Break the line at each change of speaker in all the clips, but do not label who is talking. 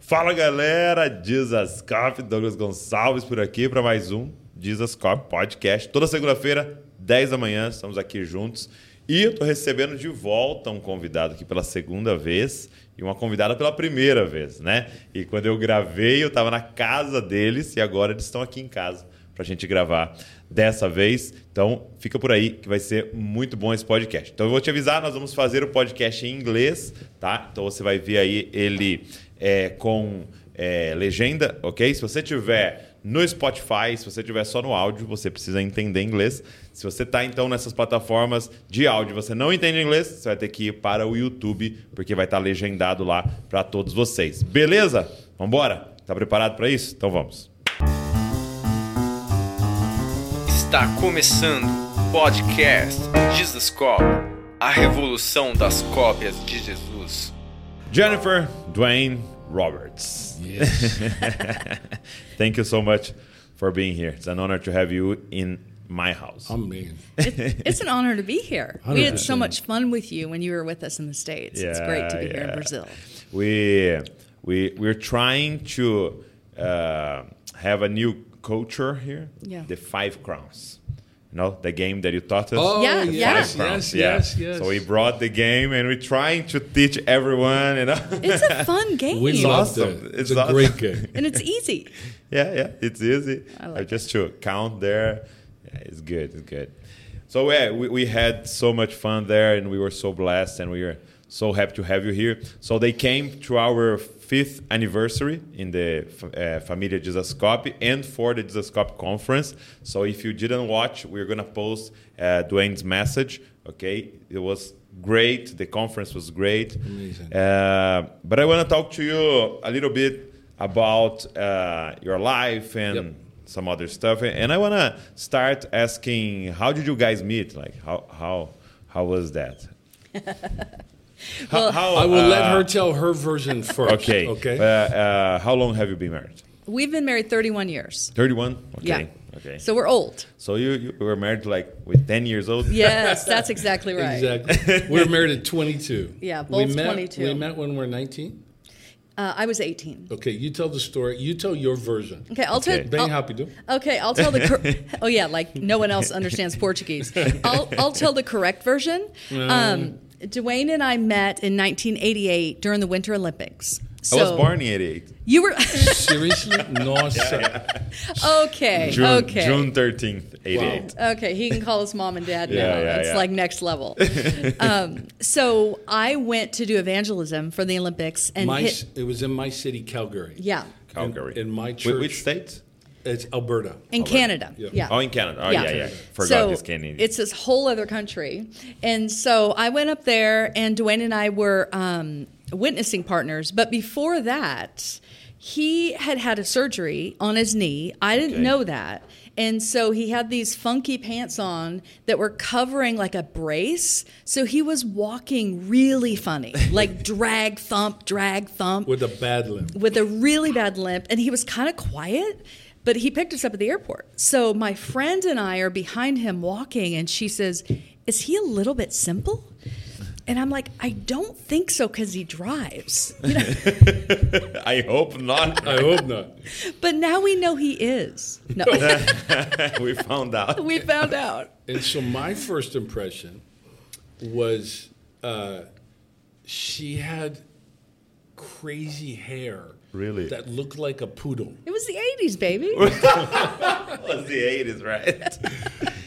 Fala galera, Jesus Cop, Douglas Gonçalves por aqui para mais um Jesus Cop Podcast. Toda segunda-feira, 10 da manhã, estamos aqui juntos. E eu tô recebendo de volta um convidado aqui pela segunda vez e uma convidada pela primeira vez, né? E quando eu gravei, eu tava na casa deles e agora eles estão aqui em casa pra gente gravar dessa vez. Então, fica por aí que vai ser muito bom esse podcast. Então, eu vou te avisar, nós vamos fazer o podcast em inglês, tá? Então, você vai ver aí ele é, com é, legenda, ok? Se você tiver no Spotify, se você tiver só no áudio, você precisa entender inglês. Se você tá então nessas plataformas de áudio, e você não entende inglês, você vai ter que ir para o YouTube, porque vai estar legendado lá para todos vocês. Beleza? Vambora? Tá preparado para isso? Então vamos.
Está começando o podcast Jesus Cop, a revolução das cópias de Jesus.
Jennifer Dwayne Roberts. Thank you so much for being here. It's an honor to have you in my house.
I'm mean.
It- it's an honor to be here. We had so
100%.
much fun with you when you were with us in the States. it's great to be
Yeah,
here in
yeah.
Brazil.
We we we're trying to uh, have a new culture here.
Yeah.
The Five Crowns. You know the game that you taught us.
Oh,
Yeah,
yes,
yeah.
Five
yes,
Crowns,
yes,
yeah.
yes, yes.
So we brought the game and we're trying to teach everyone. You know.
It's a fun game.
we loved
awesome.
it.
It's
It's, a
awesome.
great game.
and it's easy.
Yeah, yeah, it's easy.
I
Uh,
like
just to count there, yeah, it's good, it's good. So yeah, we, we had so much fun there, and we were so blessed, and we were so happy to have you here. So they came to our fifth anniversary in the f- uh, Familia Jesus Cop and for the Jesus Cop conference. So if you didn't watch, we're gonna post uh, Dwayne's message. Okay, it was great. The conference was great.
Amazing.
Uh, but I want to talk to you a little bit about uh, your life and
Yep.
some other stuff. And I want to start asking, how did you guys meet? Like, how how how was that? how, how,
I will let
uh,
her tell her version first.
Okay.
Okay.
Uh, uh, how long have you been married?
We've been married 31 years.
Thirty-one. Okay.
Yeah.
Okay. So,
So we're old.
you, you were married like with ten years old.
Yes, that's exactly right.
Exactly. We're married at 22.
Yeah,
we
both
met,
22.
We met when we we're 19.
Uh, I was 18.
Okay, you tell the story. You tell your version.
Okay, I'll tell.
Okay.
Bem
I'll-
rápido.
Okay, I'll tell the. Cor- oh yeah, like no one else understands Portuguese. I'll I'll tell the correct version. Um, Dwayne and I met in 1988 during the Winter Olympics.
I
So
was born in '88.
You were
Seriously? Nossa.
okay.
June,
okay.
June 13th, 88.
Okay, he can call his mom and dad
Yeah,
now.
yeah,
it's
yeah.
like next level. um, so I went to do evangelism for the Olympics and
My,
hit,
c- it was in my city, Calgary.
yeah,
Calgary.
In- in my
Wh-
church.
Which state?
It's Alberta.
in Canada.
Yeah.
Yeah.
Oh, in Canada. Oh, yeah, yeah. Forgot
so
this Canadian.
It's this whole other country. And so I went up there, and Dwayne and I were um, witnessing partners. But before that, he had had a surgery on his knee. I didn't
Okay.
know that. And so he had these funky pants on that were covering like a brace. So he was walking really funny, like drag thump, drag thump
With a bad limp.
with a really bad limp and he was kind of quiet but he picked us up at the airport so my friend and i are behind him walking and she says is he a little bit simple and i'm like i don't think so because he drives
I hope not.
I hope not.
but now we know he is no
we found out.
we found out
And so my first impression was uh, she had crazy hair.
Really?
That looked like a poodle.
it was the 80s baby
That was the 80s, right?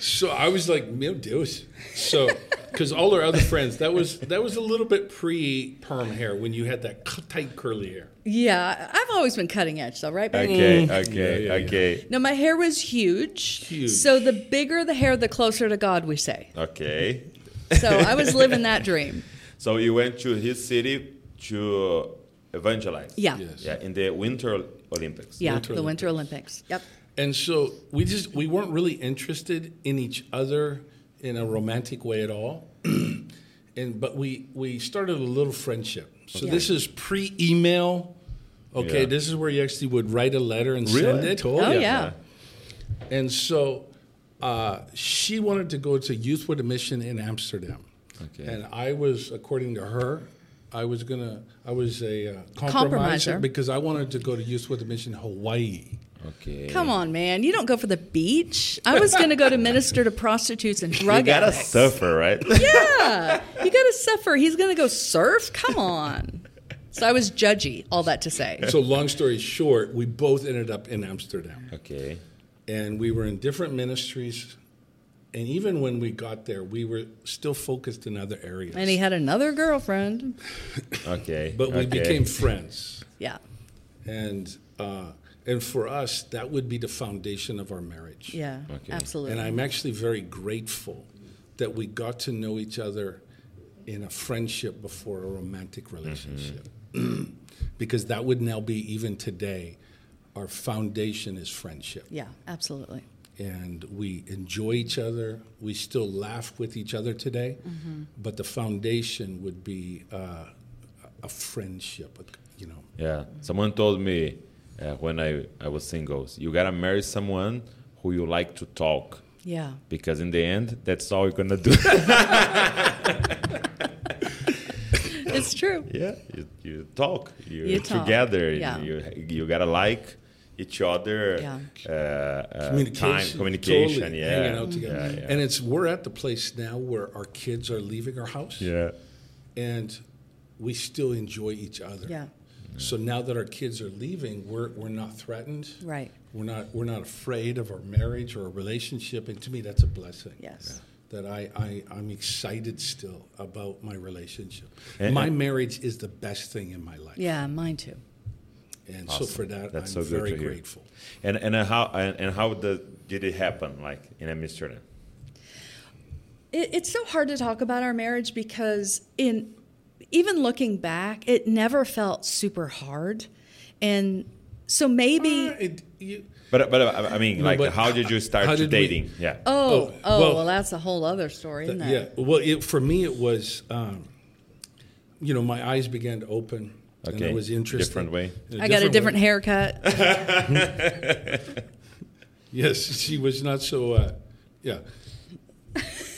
So I was like, meu Deus. So, because all her other friends, that was that was a little bit pre perm hair when you had that cu- tight curly hair.
yeah i've always been cutting edge though right baby?
okay, okay,
Yeah, yeah, yeah.
okay,
no my hair was huge.
Huge.
so the bigger the hair the closer to god we say
okay.
so i was living that dream
So you went to his city to evangelize.
yeah
Yes.
Yeah, in the Winter Olympics.
yeah
Winter
the winter olympics yep
And so we just we weren't really interested in each other in a romantic way at all. and but we we started a little friendship. So this is pre-email. Okay,
Yeah.
this is where you actually would write a letter and send
Really?
it.
Oh, yeah.
And so uh, she wanted to go to Youth with a Mission in Amsterdam.
Okay.
And I was, according to her, I was gonna. I was a uh, compromiser,
Compromiser.
because I wanted to go to Youth with a Mission Hawaii.
Okay.
Come on, man. You don't go for the beach. I was going to go to minister to prostitutes and
You
drug
gotta
addicts.
suffer, right?
Yeah. You got to suffer. He's going to go surf? Come on. So I was judgy, all that to say.
So long story short, we both ended up in Amsterdam,
okay.
and we were in different ministries. And even when we got there, we were still focused in other areas.
And he had another girlfriend.
Okay.
but we
okay.
became friends,
Yeah.
and uh, and for us, that would be the foundation of our marriage.
Yeah.
Okay.
Absolutely.
And I'm actually very grateful that we got to know each other in a friendship before a romantic relationship. because that would now be, even today, our foundation is friendship.
yeah. Absolutely.
And we enjoy each other. We still laugh with each other today.
Mm-hmm.
But the foundation would be uh, a friendship, you know.
Yeah. Someone told me uh, when I, I was single, you gotta marry someone who you like to talk.
Yeah.
Because in the end, that's all you're gonna do.
It's true.
yeah, you, you talk, you're
You talk,
together,
yeah.
you, you gotta like each other.
Yeah.
Uh, uh,
communication,
time, communication,
totally
yeah.
hanging out together.
Yeah, yeah.
And it's we're at the place now where our kids are leaving our house,
yeah.
and we still enjoy each other.
Yeah.
So now that our kids are leaving, we're we're not threatened.
Right.
We're not we're not afraid of our marriage or our relationship, and to me, that's a blessing.
Yes.
That I, I, I'm excited still about my relationship.
And-
my marriage is the best thing in my life.
Yeah. Mine too.
And so for that,
That's
I'm
so good
very
to hear.
grateful.
And and uh, how and, and how the, did it happen? Like in Amsterdam.
It, it's so hard to talk about our marriage because in even looking back, it never felt super hard, and so maybe.
Ah, it- you-
But but uh, I mean, like,
but
how did you start
how
to
did we-
dating? yeah.
Oh,
Oh,
oh, well,
well-
that's a whole other story, isn't
Yeah.
it?
Well, it, for me, it was, um, you know, my eyes began to open. And
Okay.
it was interesting.
Different way.
In
I got a different
way.
haircut.
Yes, she was not so. Uh, yeah.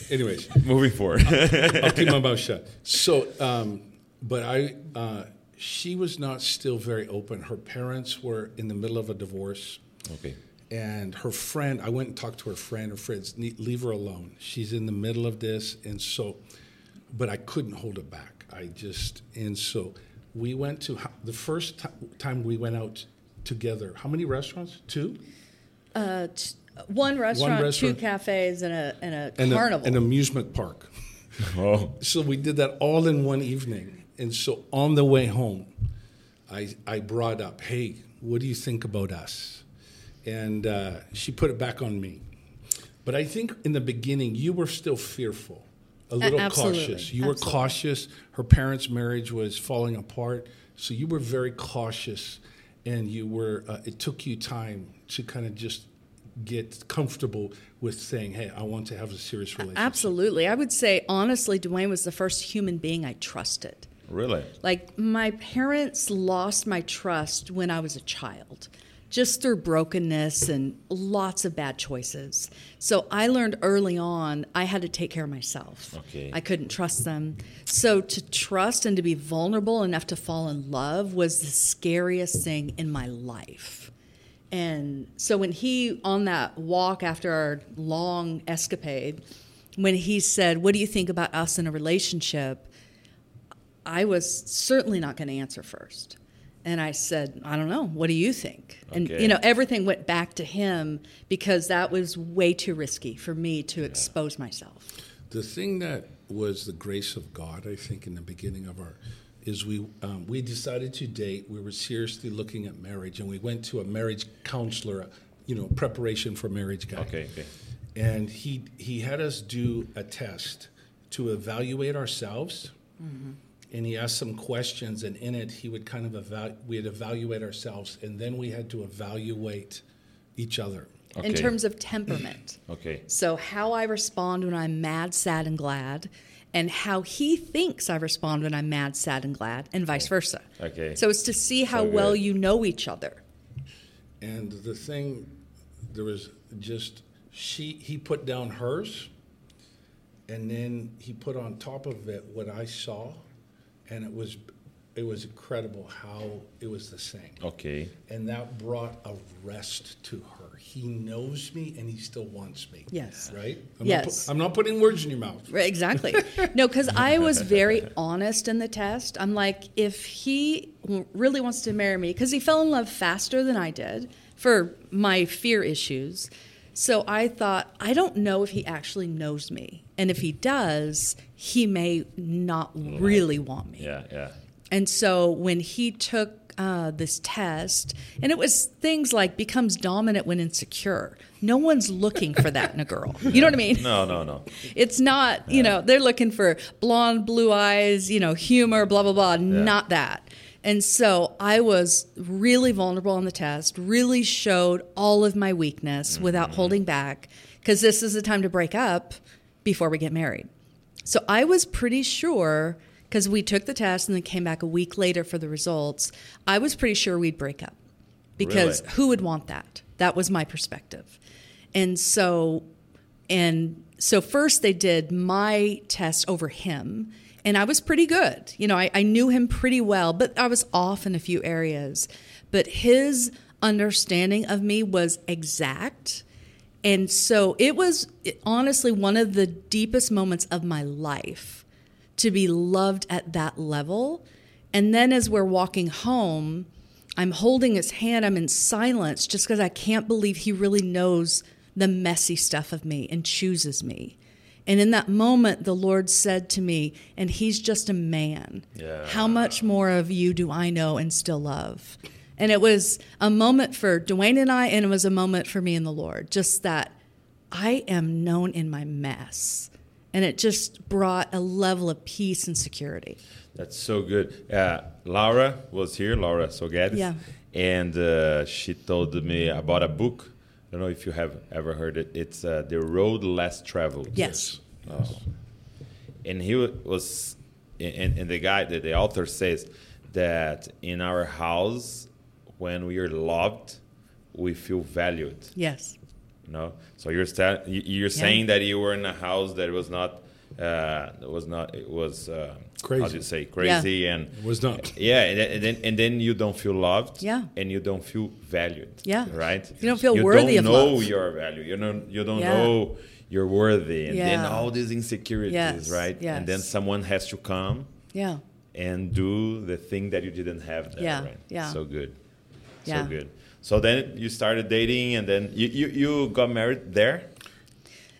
Anyways,
Moving forward.
I'll keep my mouth shut. So, um, but I, uh, she was not still very open. Her parents were in the middle of a divorce.
okay.
and her friend i went and talked to her friend her friends "Ne- leave her alone she's in the middle of this and so but i couldn't hold it back i just and so we went to ho- the first ti- time we went out together how many restaurants two
Uh, t- one, restaurant,
restaurant.
two cafes, and a and a
and a-
carnival.
an amusement park
Oh.
so we did that all in one evening and so on the way home i i brought up hey what do you think about us and uh, she put it back on me but i think in the beginning you were still fearful a little
absolutely,
cautious you were
absolutely.
cautious her parents marriage was falling apart so you were very cautious and you were uh, it took you time to kind of just get comfortable with saying hey i want to have a serious relationship
Absolutely, I would say honestly, Dwayne was the first human being I trusted.
Really?
Like my parents lost my trust when I was a child, just through brokenness and lots of bad choices. So I learned early on I had to take care of myself.
Okay.
I couldn't trust them. So to trust and to be vulnerable enough to fall in love was the scariest thing in my life. And so when he on that walk after our long escapade, when he said, "What do you think about us in a relationship?" I was certainly not going to answer first. And I said, I don't know. What do you think? And,
Okay.
you know, everything went back to him because that was way too risky for me to expose myself.
The thing that was the grace of God, I think, in the beginning of our, is we um, we decided to date. We were seriously looking at marriage, and we went to a marriage counselor, you know, preparation for marriage guy.
Okay. Okay.
And he he had us do a test to evaluate ourselves, and he asked some questions, and in it he would kind of evaluate we'd evaluate ourselves, and then we had to evaluate each other.
Okay.
in terms of temperament.
Okay.
So, how I respond when I'm mad, sad, and glad, and how he thinks I respond when I'm mad, sad, and glad, and vice versa.
Oh. Okay.
So, it's to see how
So
well
good.
you know each other.
And the thing, there was just she. He put down hers, and then he put on top of it what I saw, and it was it was incredible how it was the same.
Ok.
And that brought a rest to her. He knows me and he still wants me.
Yes.
Right? I'm Not
Yes.
pu- I'm not putting words in your mouth.
Right, exactly. No, because I was very honest in the test. I'm like, if he w- really wants to marry me, because he fell in love faster than I did for my fear issues. So I thought, I don't know if he actually knows me. And if he does, he may not really want me.
Yeah, yeah.
And so when he took uh, this test, and it was things like becomes dominant when insecure. No one's looking for that in a girl. You know what I mean?
No, no, no.
It's not, you know, they're looking for blonde, blue eyes, you know, humor, blah, blah, blah. Not that. And so I was really vulnerable on the test, really showed all of my weakness without holding back, because this is the time to break up before we get married. So I was pretty sure, because we took the test and then came back a week later for the results, I was pretty sure we'd break up because
Really?
who would want that? That was my perspective. And so and so first they did my test over him, and I was pretty good. You know, I, I knew him pretty well, but I was off in a few areas. But his understanding of me was exact. And so it was it- honestly one of the deepest moments of my life to be loved at that level. And then as we're walking home, I'm holding his hand, I'm in silence just because I can't believe he really knows the messy stuff of me and chooses me. And in that moment, the Lord said to me, and he's just a man.
Yeah.
How much more of you do I know and still love? And it was a moment for Dwayne and I, and it was a moment for me and the Lord. Just that I am known in my mess. And it just brought a level of peace and security.
That's so good. Uh, Laura was here, Laura Sogares,
Yeah.
and uh, she told me about a book. I don't know if you have ever heard it. It's uh, The Road Less Traveled. Oh.
Yes.
And he wa- was, and, and the guy, the, the author says that in our house, when we are loved, we feel valued.
Yes.
You know, so you're sta- you- you're saying that you were in a house that was not, uh, that was not, it was uh, How do
Crazy.
you say crazy and
Was not.
yeah, and then, and then and then you don't feel loved.
Yeah.
and you don't feel valued.
Yeah.
right.
You don't feel worthy
don't
of
know
love.
your value. You know you don't
Yeah.
know you're worthy, and then
Yeah.
all these insecurities,
Yes,
right? And then
yes.
someone has to come
Yeah.
and do the thing that you didn't have. There,
Yeah,
right?
yeah.
So good,
Yeah.
so good. So then you started dating, and then you you, you got married there.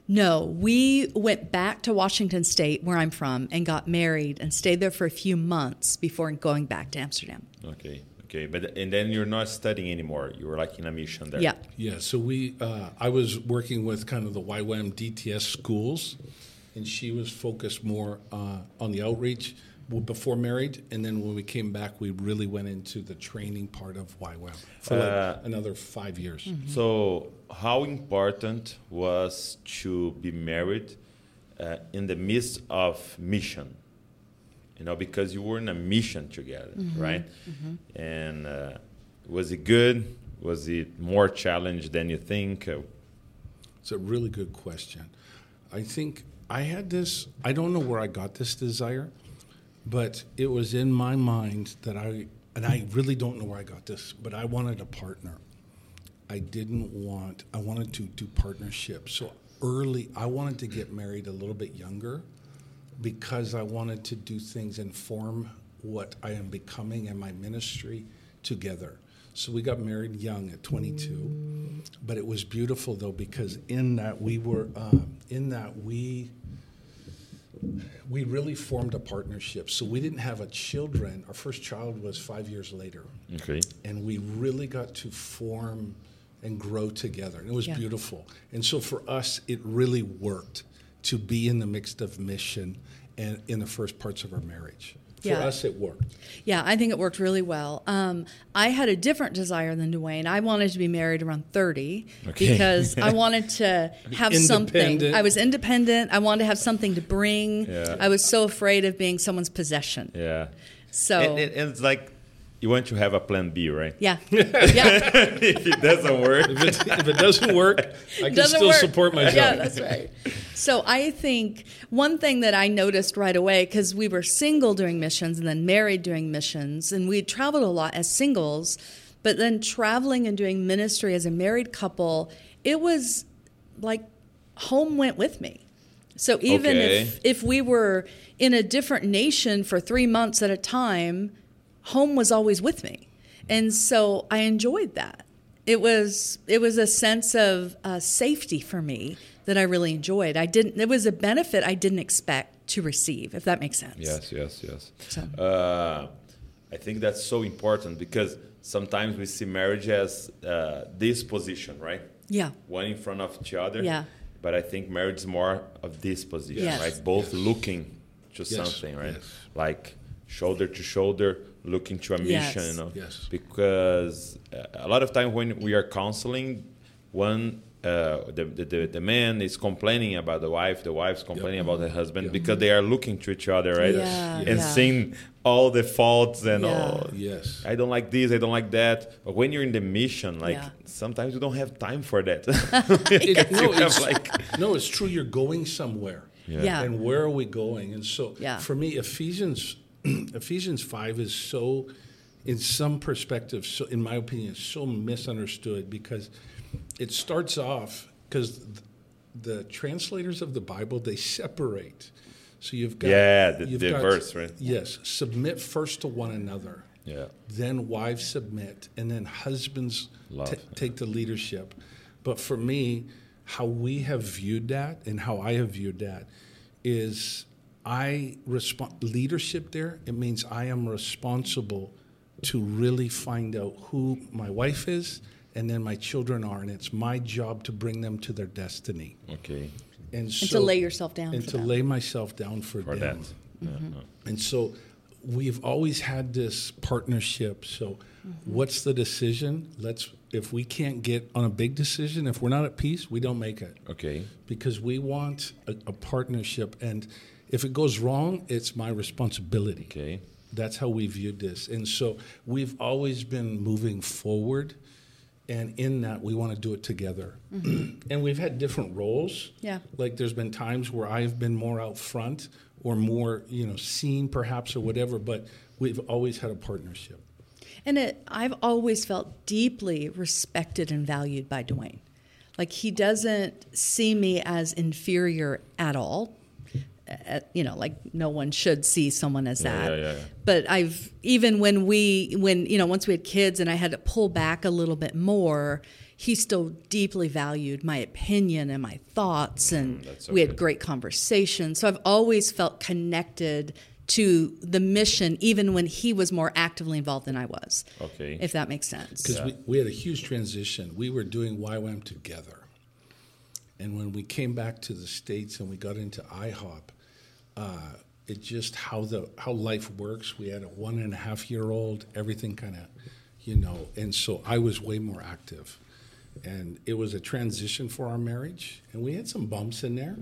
No, we went back to Washington State, where I'm from, and got married and stayed there for a few months before going back to Amsterdam.
Okay, okay, but and then you're not studying anymore. You were like in a mission there.
Yeah.
Yeah, so we, uh, I was working with kind of the YWAM DTS schools, and she was focused more uh, on the outreach w- before married, and then when we came back, we really went into the training part of YWAM for like another five years.
So, how important was to be married uh, in the midst of mission? You know, because you were in a mission together,
Mm-hmm.
right? And uh, was it good? Was it more challenge than you think? Uh,
It's a really good question. I think I had this, I don't know where I got this desire, but it was in my mind that I, and I really don't know where I got this, but I wanted a partner. I didn't want, I wanted to do partnerships. So early, I wanted to get married a little bit younger because I wanted to do things and form what I am becoming and my ministry together. So we got married young at 22, but it was beautiful though because in that we were um, in that we we really formed a partnership. So we didn't have a children. Our first child was five years later
okay.
and we really got to form and grow together. And it was
Yeah.
beautiful. And so for us, it really worked to be in the midst of mission and in the first parts of our marriage. For
Yeah.
us, it worked.
Yeah, I think it worked really well. Um, I had a different desire than Dwayne. I wanted to be married around 30
Okay.
because I wanted to have something.
Independent.
I was independent. I wanted to have something to bring.
Yeah.
I was so afraid of being someone's possession.
Yeah.
So,
And, and, and it's like you want to have a plan B, right?
yeah. yeah.
if it doesn't work.
If it, if it doesn't work, I can
Doesn't
still
work.
support myself.
Yeah, that's right. So I think one thing that I noticed right away, because we were single during missions and then married during missions, and we traveled a lot as singles, but then traveling and doing ministry as a married couple, it was like home went with me. So even if, if we were in a different nation for three months at a time, home was always with me. And so I enjoyed that it was it was a sense of uh, safety for me that I really enjoyed. I didn't. It was a benefit I didn't expect to receive, if that makes sense.
Yes, yes, yes. Uh, I think that's so important because sometimes we see marriage as uh, this position, right?
Yeah.
One in front of the other.
Yeah.
But I think marriage is more of this position,
Yes.
right? Both looking to something, right? Like shoulder to shoulder, looking to a
Yes.
mission, you know?
Yes.
Because uh, a lot of time when we are counseling, one uh, the, the- the the man is complaining about the wife, the wife's complaining about the husband because they are looking to each other, right?
Yeah,
And
yeah.
seeing all the faults and
Yeah.
all.
Yes.
I don't like this, I don't like that. But when you're in the mission, like
Yeah.
sometimes you don't have time for that.
It- no,
You have,
it's,
like-
no, it's true. You're going somewhere.
Yeah.
And where are we going? And so
Yeah.
for me, Ephesians Ephesians five is so in some perspectives, so in my opinion, so misunderstood because it starts off because the translators of the Bible they separate. So you've got
Yeah, the-
you've
the verse, right?
Yes, submit first to one another.
Yeah.
Then wives submit, and then husbands
Love,
ta-
yeah.
take the leadership. But for me, how we have viewed that and how I have viewed that is I respond leadership there. It means I am responsible to really find out who my wife is and then my children are, and it's my job to bring them to their destiny.
okay.
And, so,
to lay yourself down
and
for
to
them.
lay myself down for,
For that.
them. And so we've always had this partnership. So what's the decision? Let's if we can't get on a big decision, if we're not at peace, we don't make it
Okay.
because we want a, a partnership and if it goes wrong, it's my responsibility.
Okay.
That's how we viewed this. And so we've always been moving forward and in that we want to do it together. and we've had different roles.
Yeah.
Like there's been times where I've been more out front or more, you know, seen perhaps or whatever, but we've always had a partnership.
And it, I've always felt deeply respected and valued by Dwayne. Like he doesn't see me as inferior at all. Uh, you know, like no one should see someone as
Yeah,
that.
yeah, yeah, yeah.
But I've even when we when you know once we had kids and I had to pull back a little bit more, he still deeply valued my opinion and my thoughts, and
Mm, that's so
we
good.
had great conversations. So I've always felt connected to the mission, even when he was more actively involved than I was.
Okay.
If that makes sense.
because we, we had a huge transition. We were doing YWAM together. And when we came back to the States and we got into IHOP, uh, it just how the how life works. We had a one and a half year old, everything kind of, you know, and so I was way more active. And it was a transition for our marriage. And we had some bumps in there.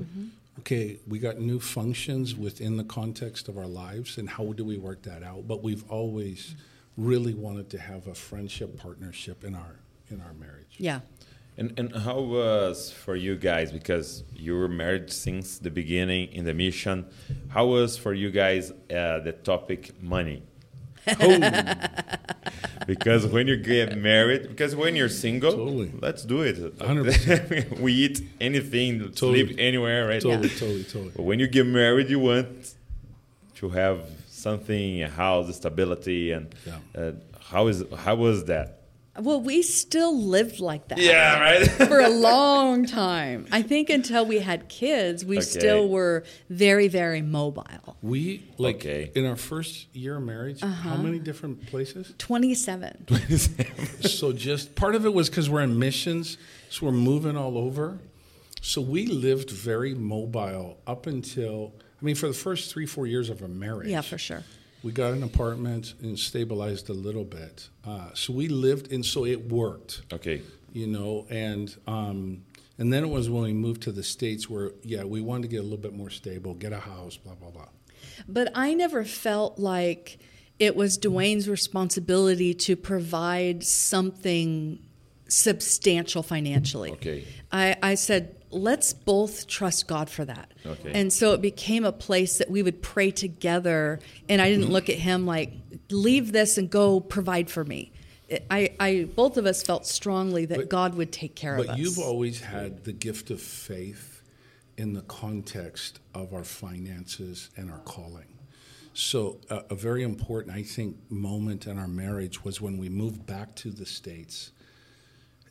Okay, we got new functions within the context of our lives and how do we work that out? But we've always really wanted to have a friendship partnership in our in our marriage.
Yeah.
And and how was for you guys because you were married since the beginning in the mission? How was for you guys uh, the topic money? because when you get married, because when you're single,
Totally.
let's do it.
100%.
we eat anything,
Totally.
sleep anywhere, right?
Totally, totally, totally.
But when you get married, you want to have something, a house, stability, and
Yeah.
uh, how is how was that?
Well, we still lived like that.
Yeah, right.
for a long time. I think until we had kids, we
Okay.
still were very, very mobile.
We like
Okay.
in our first year of marriage, how many different places?
27.
so just part of it was because we're in missions, so we're moving all over. So we lived very mobile up until I mean, for the first three, four years of our marriage.
Yeah, for sure.
We got an apartment and stabilized a little bit. Uh, so we lived, and so it worked.
okay.
you know, and um, and then it was when we moved to the states where yeah, we wanted to get a little bit more stable, get a house, blah blah blah.
But I never felt like it was Dwayne's responsibility to provide something substantial financially.
Okay.
I, I said, let's both trust God for that.
Okay.
And so it became a place that we would pray together, and I didn't look at him like, leave this and go provide for me. It- I, I both of us felt strongly that God would take care of
But
us.
you've always had the gift of faith in the context of our finances and our calling. So, a, a very important, I think, moment in our marriage was when we moved back to the States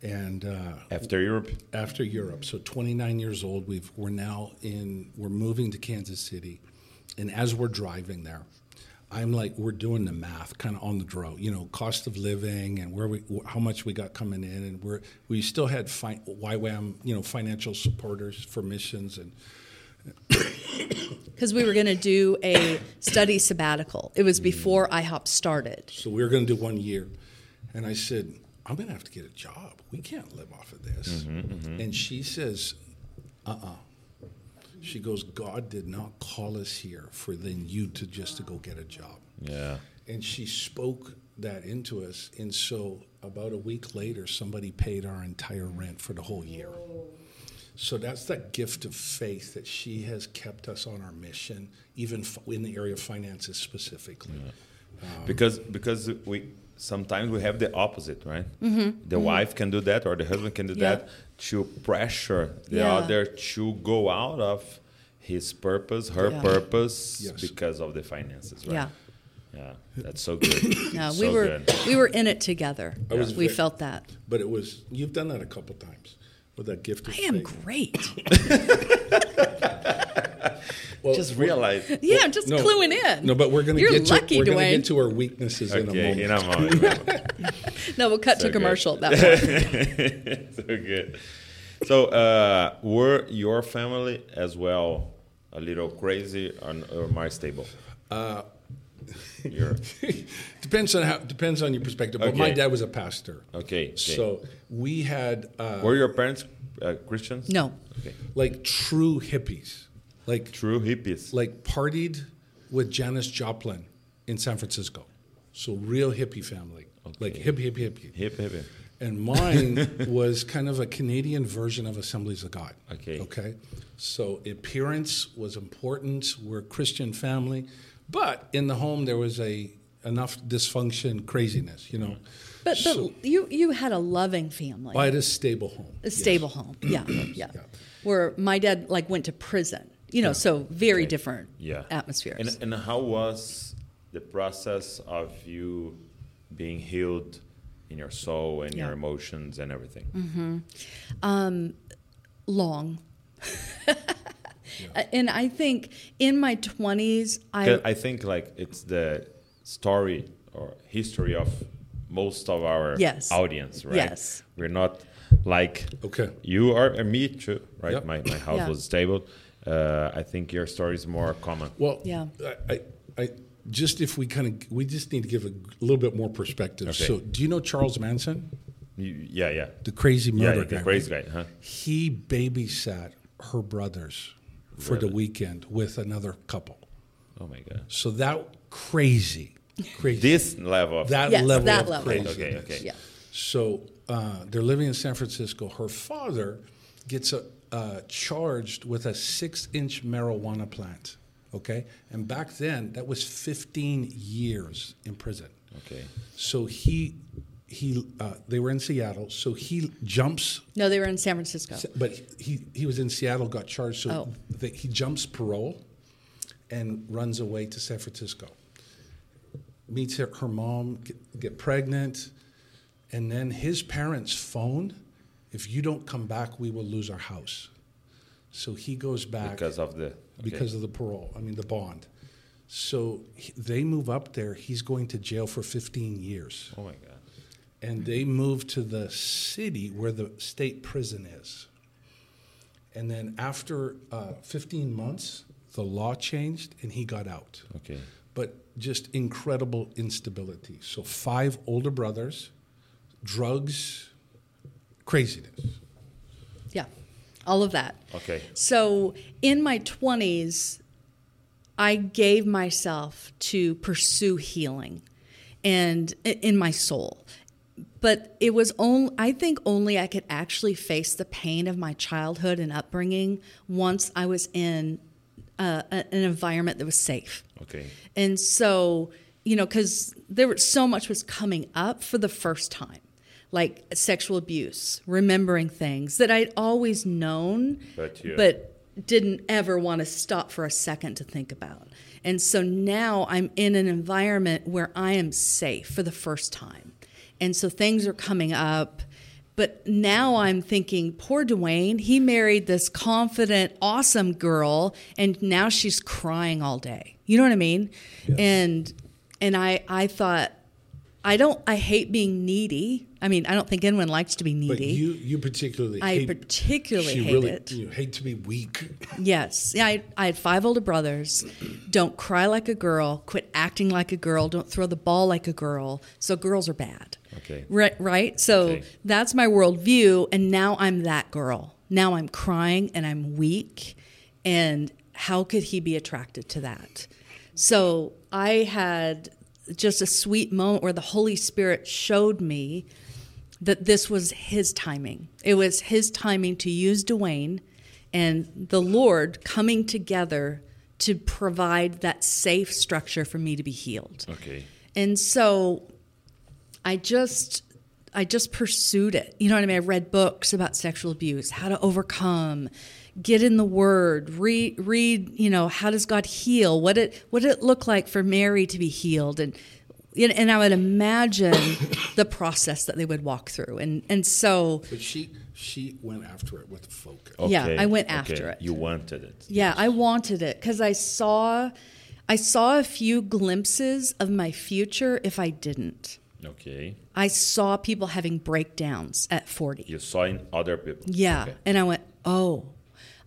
and uh,
After Europe.
after Europe. So, 29 years old, we've, we're now in, we're moving to Kansas City. And as we're driving there, I'm like, we're doing the math kind of on the draw, you know, cost of living and where we, how much we got coming in. And we're, we still had fi- YWAM, you know, financial supporters for missions. And
because we were going to do a study sabbatical. It was
Mm.
before IHOP started.
so we were going to do one year. And I said, I'm going to have to get a job. We can't live off of this. And she says, "Uh-uh." She goes, God did not call us here for then you to just to go get a job.
Yeah.
And she spoke that into us. And so about a week later, somebody paid our entire rent for the whole year. So that's that gift of faith that she has kept us on our mission, even f- in the area of finances specifically.
Um, because because we sometimes we have the opposite right the wife can do that or the husband can do
Mm-hmm. Yeah.
that to pressure the
Yeah.
other to go out of his purpose her
Yeah.
purpose
Yes.
because of the finances right
Yeah.
yeah that's so good
No, we
So
were
good.
we were in it together.
I was
we
ve-
felt that.
But it was, you've done that a couple times with that gift of
I am
faith.
great.
Well,
just realize
Yeah, I'm just
no,
cluing in.
No, but we're going to
You're
get to,
lucky,
we're gonna
Dwayne.
get to our weaknesses in a moment.
okay in a moment right?
no, we'll cut
So
to
good.
commercial at that point.
so good. So, uh, were your family as well a little crazy or, or more stable? Uh, your,
depends on how depends on your perspective. But my
Okay.
dad was a pastor.
okay, okay.
So we had uh,
were your parents uh, Christians?
No.
Okay.
like true hippies, like
True hippies.
like partied with Janis Joplin in San Francisco. So real hippie family, like hip hip hippie.
hip hippie.
And mine was kind of a Canadian version of Assemblies of God.
Okay.
Okay. So appearance was important. We're a Christian family, but in the home there was a enough dysfunction, craziness, you know.
But, but
So-
you you had a loving family,
By the stable home.
a stable home. Yeah, yeah. Where my dad like went to prison. You know, so very different
Yeah.
atmospheres.
And and how was the process of you being healed in your soul and your
Yeah.
emotions and everything?
Um, long. And I think in my 20s, I,
'Cause I think like it's the story or history of most of our
Yes.
audience, right?
Yes.
We're not like
Okay.
you are and me too, right?
Yep.
My my house
Yeah.
was stable. Uh, I think your story is more common.
Well,
Yeah.
I, I, I just if we kind of we just need to give a little bit more perspective.
Okay.
So, do you know Charles Manson,
You- yeah, yeah,
the crazy
yeah,
murder
yeah,
guy?
the
right?
crazy guy, huh?
He babysat her brothers for the weekend with another couple.
Oh my god,
So that crazy, crazy.
this level. Of,
that
Yes,
level
that
of
level.
okay,
crazy.
okay, okay.
yeah.
So uh, they're living in San Francisco. Her father gets a, uh, charged with a six inch marijuana plant. Okay. And back then, that was 15 years in prison.
Okay.
So he, he uh, they were in Seattle. So he jumps,
No, they were in San Francisco.
but he, he was in Seattle, got charged. So
Oh.
that he jumps parole and runs away to San Francisco. Meets her, her mom, get, get pregnant, and then his parents phone, if you don't come back, we will lose our house. So he goes back
Because of the okay.
because of the parole, I mean, the bond. So he, they move up there. He's going to jail for 15 years.
oh my god,
And they move to the city where the state prison is. And then after uh, 15 months, the law changed and he got out.
okay,
But just incredible instability. So, five older brothers, drugs, craziness.
Yeah, all of that.
okay.
So in my 20s, I gave myself to pursue healing and in my soul. But it was only, I think only I could actually face the pain of my childhood and upbringing once I was in uh, a- an environment that was safe.
Ok.
And so, you know, because there was so much was coming up for the first time, like sexual abuse, remembering things that I'd always known,
But you-
but didn't ever want to stop for a second to think about. And so now I'm in an environment where I am safe for the first time. And so things are coming up. But now I'm thinking, poor Dwayne, he married this confident, awesome girl, and now she's crying all day. You know what I mean? And and I I thought I don't I hate being needy. I mean, I don't think anyone likes to be needy.
But you, you particularly.
I
hate-
particularly
she
hate
really,
it.
You hate to be weak.
Yes. Yeah, I, I had five older brothers. Don't cry like a girl. Quit acting like a girl. Don't throw the ball like a girl. So girls are bad.
Okay.
Right. Right. So
Okay.
that's my worldview. And now I'm that girl. Now I'm crying and I'm weak. And how could he be attracted to that? So I had just a sweet moment where the Holy Spirit showed me that this was his timing. It was his timing to use Dwayne and the Lord coming together to provide that safe structure for me to be healed.
Ok.
And so I just I just pursued it. You know what I mean? I read books about sexual abuse, how to overcome, get in the word, read read, you know, how does God heal? What it what did it look like for Mary to be healed and and and I would imagine the process that they would walk through. And and so
But she she went after it with focus.
Yeah,
Ok,
I went
ok.
after it.
You wanted it.
Yeah, I wanted it because I saw, I saw a few glimpses of my future. If I didn't,
Ok.
I saw people having breakdowns at forty.
You saw in other people.
Yeah.
Ok.
And I went, oh.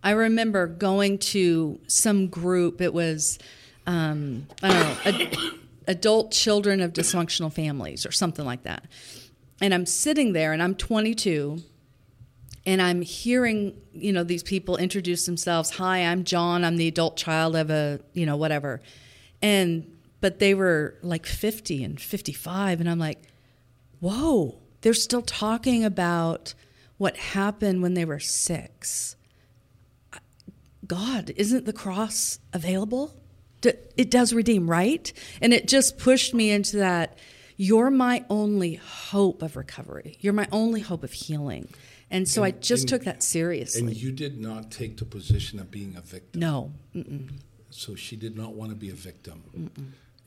I remember going to some group. It was, um, I don't know, ad- adult children of dysfunctional families or something like that. And I'm sitting there and I'm 22 and I'm hearing, you know, these people introduce themselves. Hi, I'm John. I'm the adult child of a, you know, whatever. And, but they were like 50 and 55. And I'm like, whoa, they're still talking about what happened when they were six. God, isn't the cross available? D- It does redeem, right? And it just pushed me into that. You're my only hope of recovery. You're my only hope of healing. And so I just took that seriously.
And you did not take the position of being a victim.
no.
So she did not want to be a victim.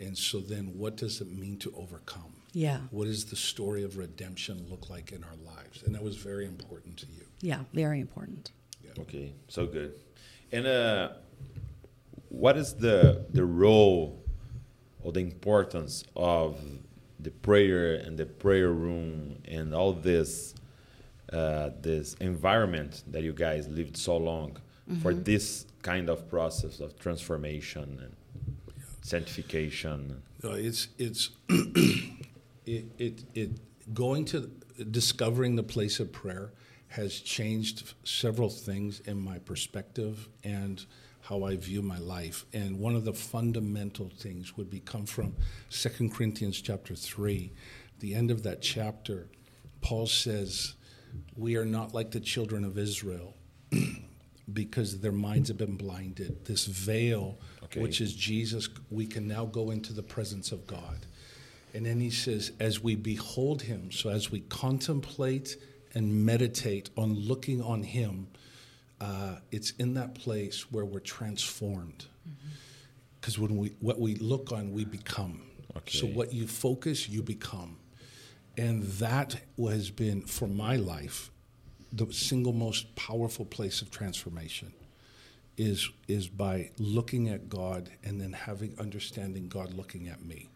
And so then what does it mean to overcome?
Yeah.
What does the story of redemption look like in our lives? And that was very important to you.
Yeah. Very important.
Okay, so good. And uh, what is the the role or the importance of the prayer and the prayer room and all this uh, this environment that you guys lived so long for
Mm-hmm.
this kind of process of transformation and sanctification?
No, Uh, it's it's it, it it going to discovering the place of prayer has changed several things in my perspective and how I view my life. And one of the fundamental things would be come from 2 Corinthians chapter 3. The end of that chapter, Paul says, We are not like the children of Israel because their minds have been blinded. This veil,
Okay.
which is Jesus, we can now go into the presence of God. And then he says, as we behold him, so as we contemplate and meditate on looking on him, uh, it's in that place where we're transformed. Because when we what we look on, we become. So
Okay.
what you focus, you become. And that has been, for my life, the single most powerful place of transformation is is by looking at God and then having understanding God looking at me.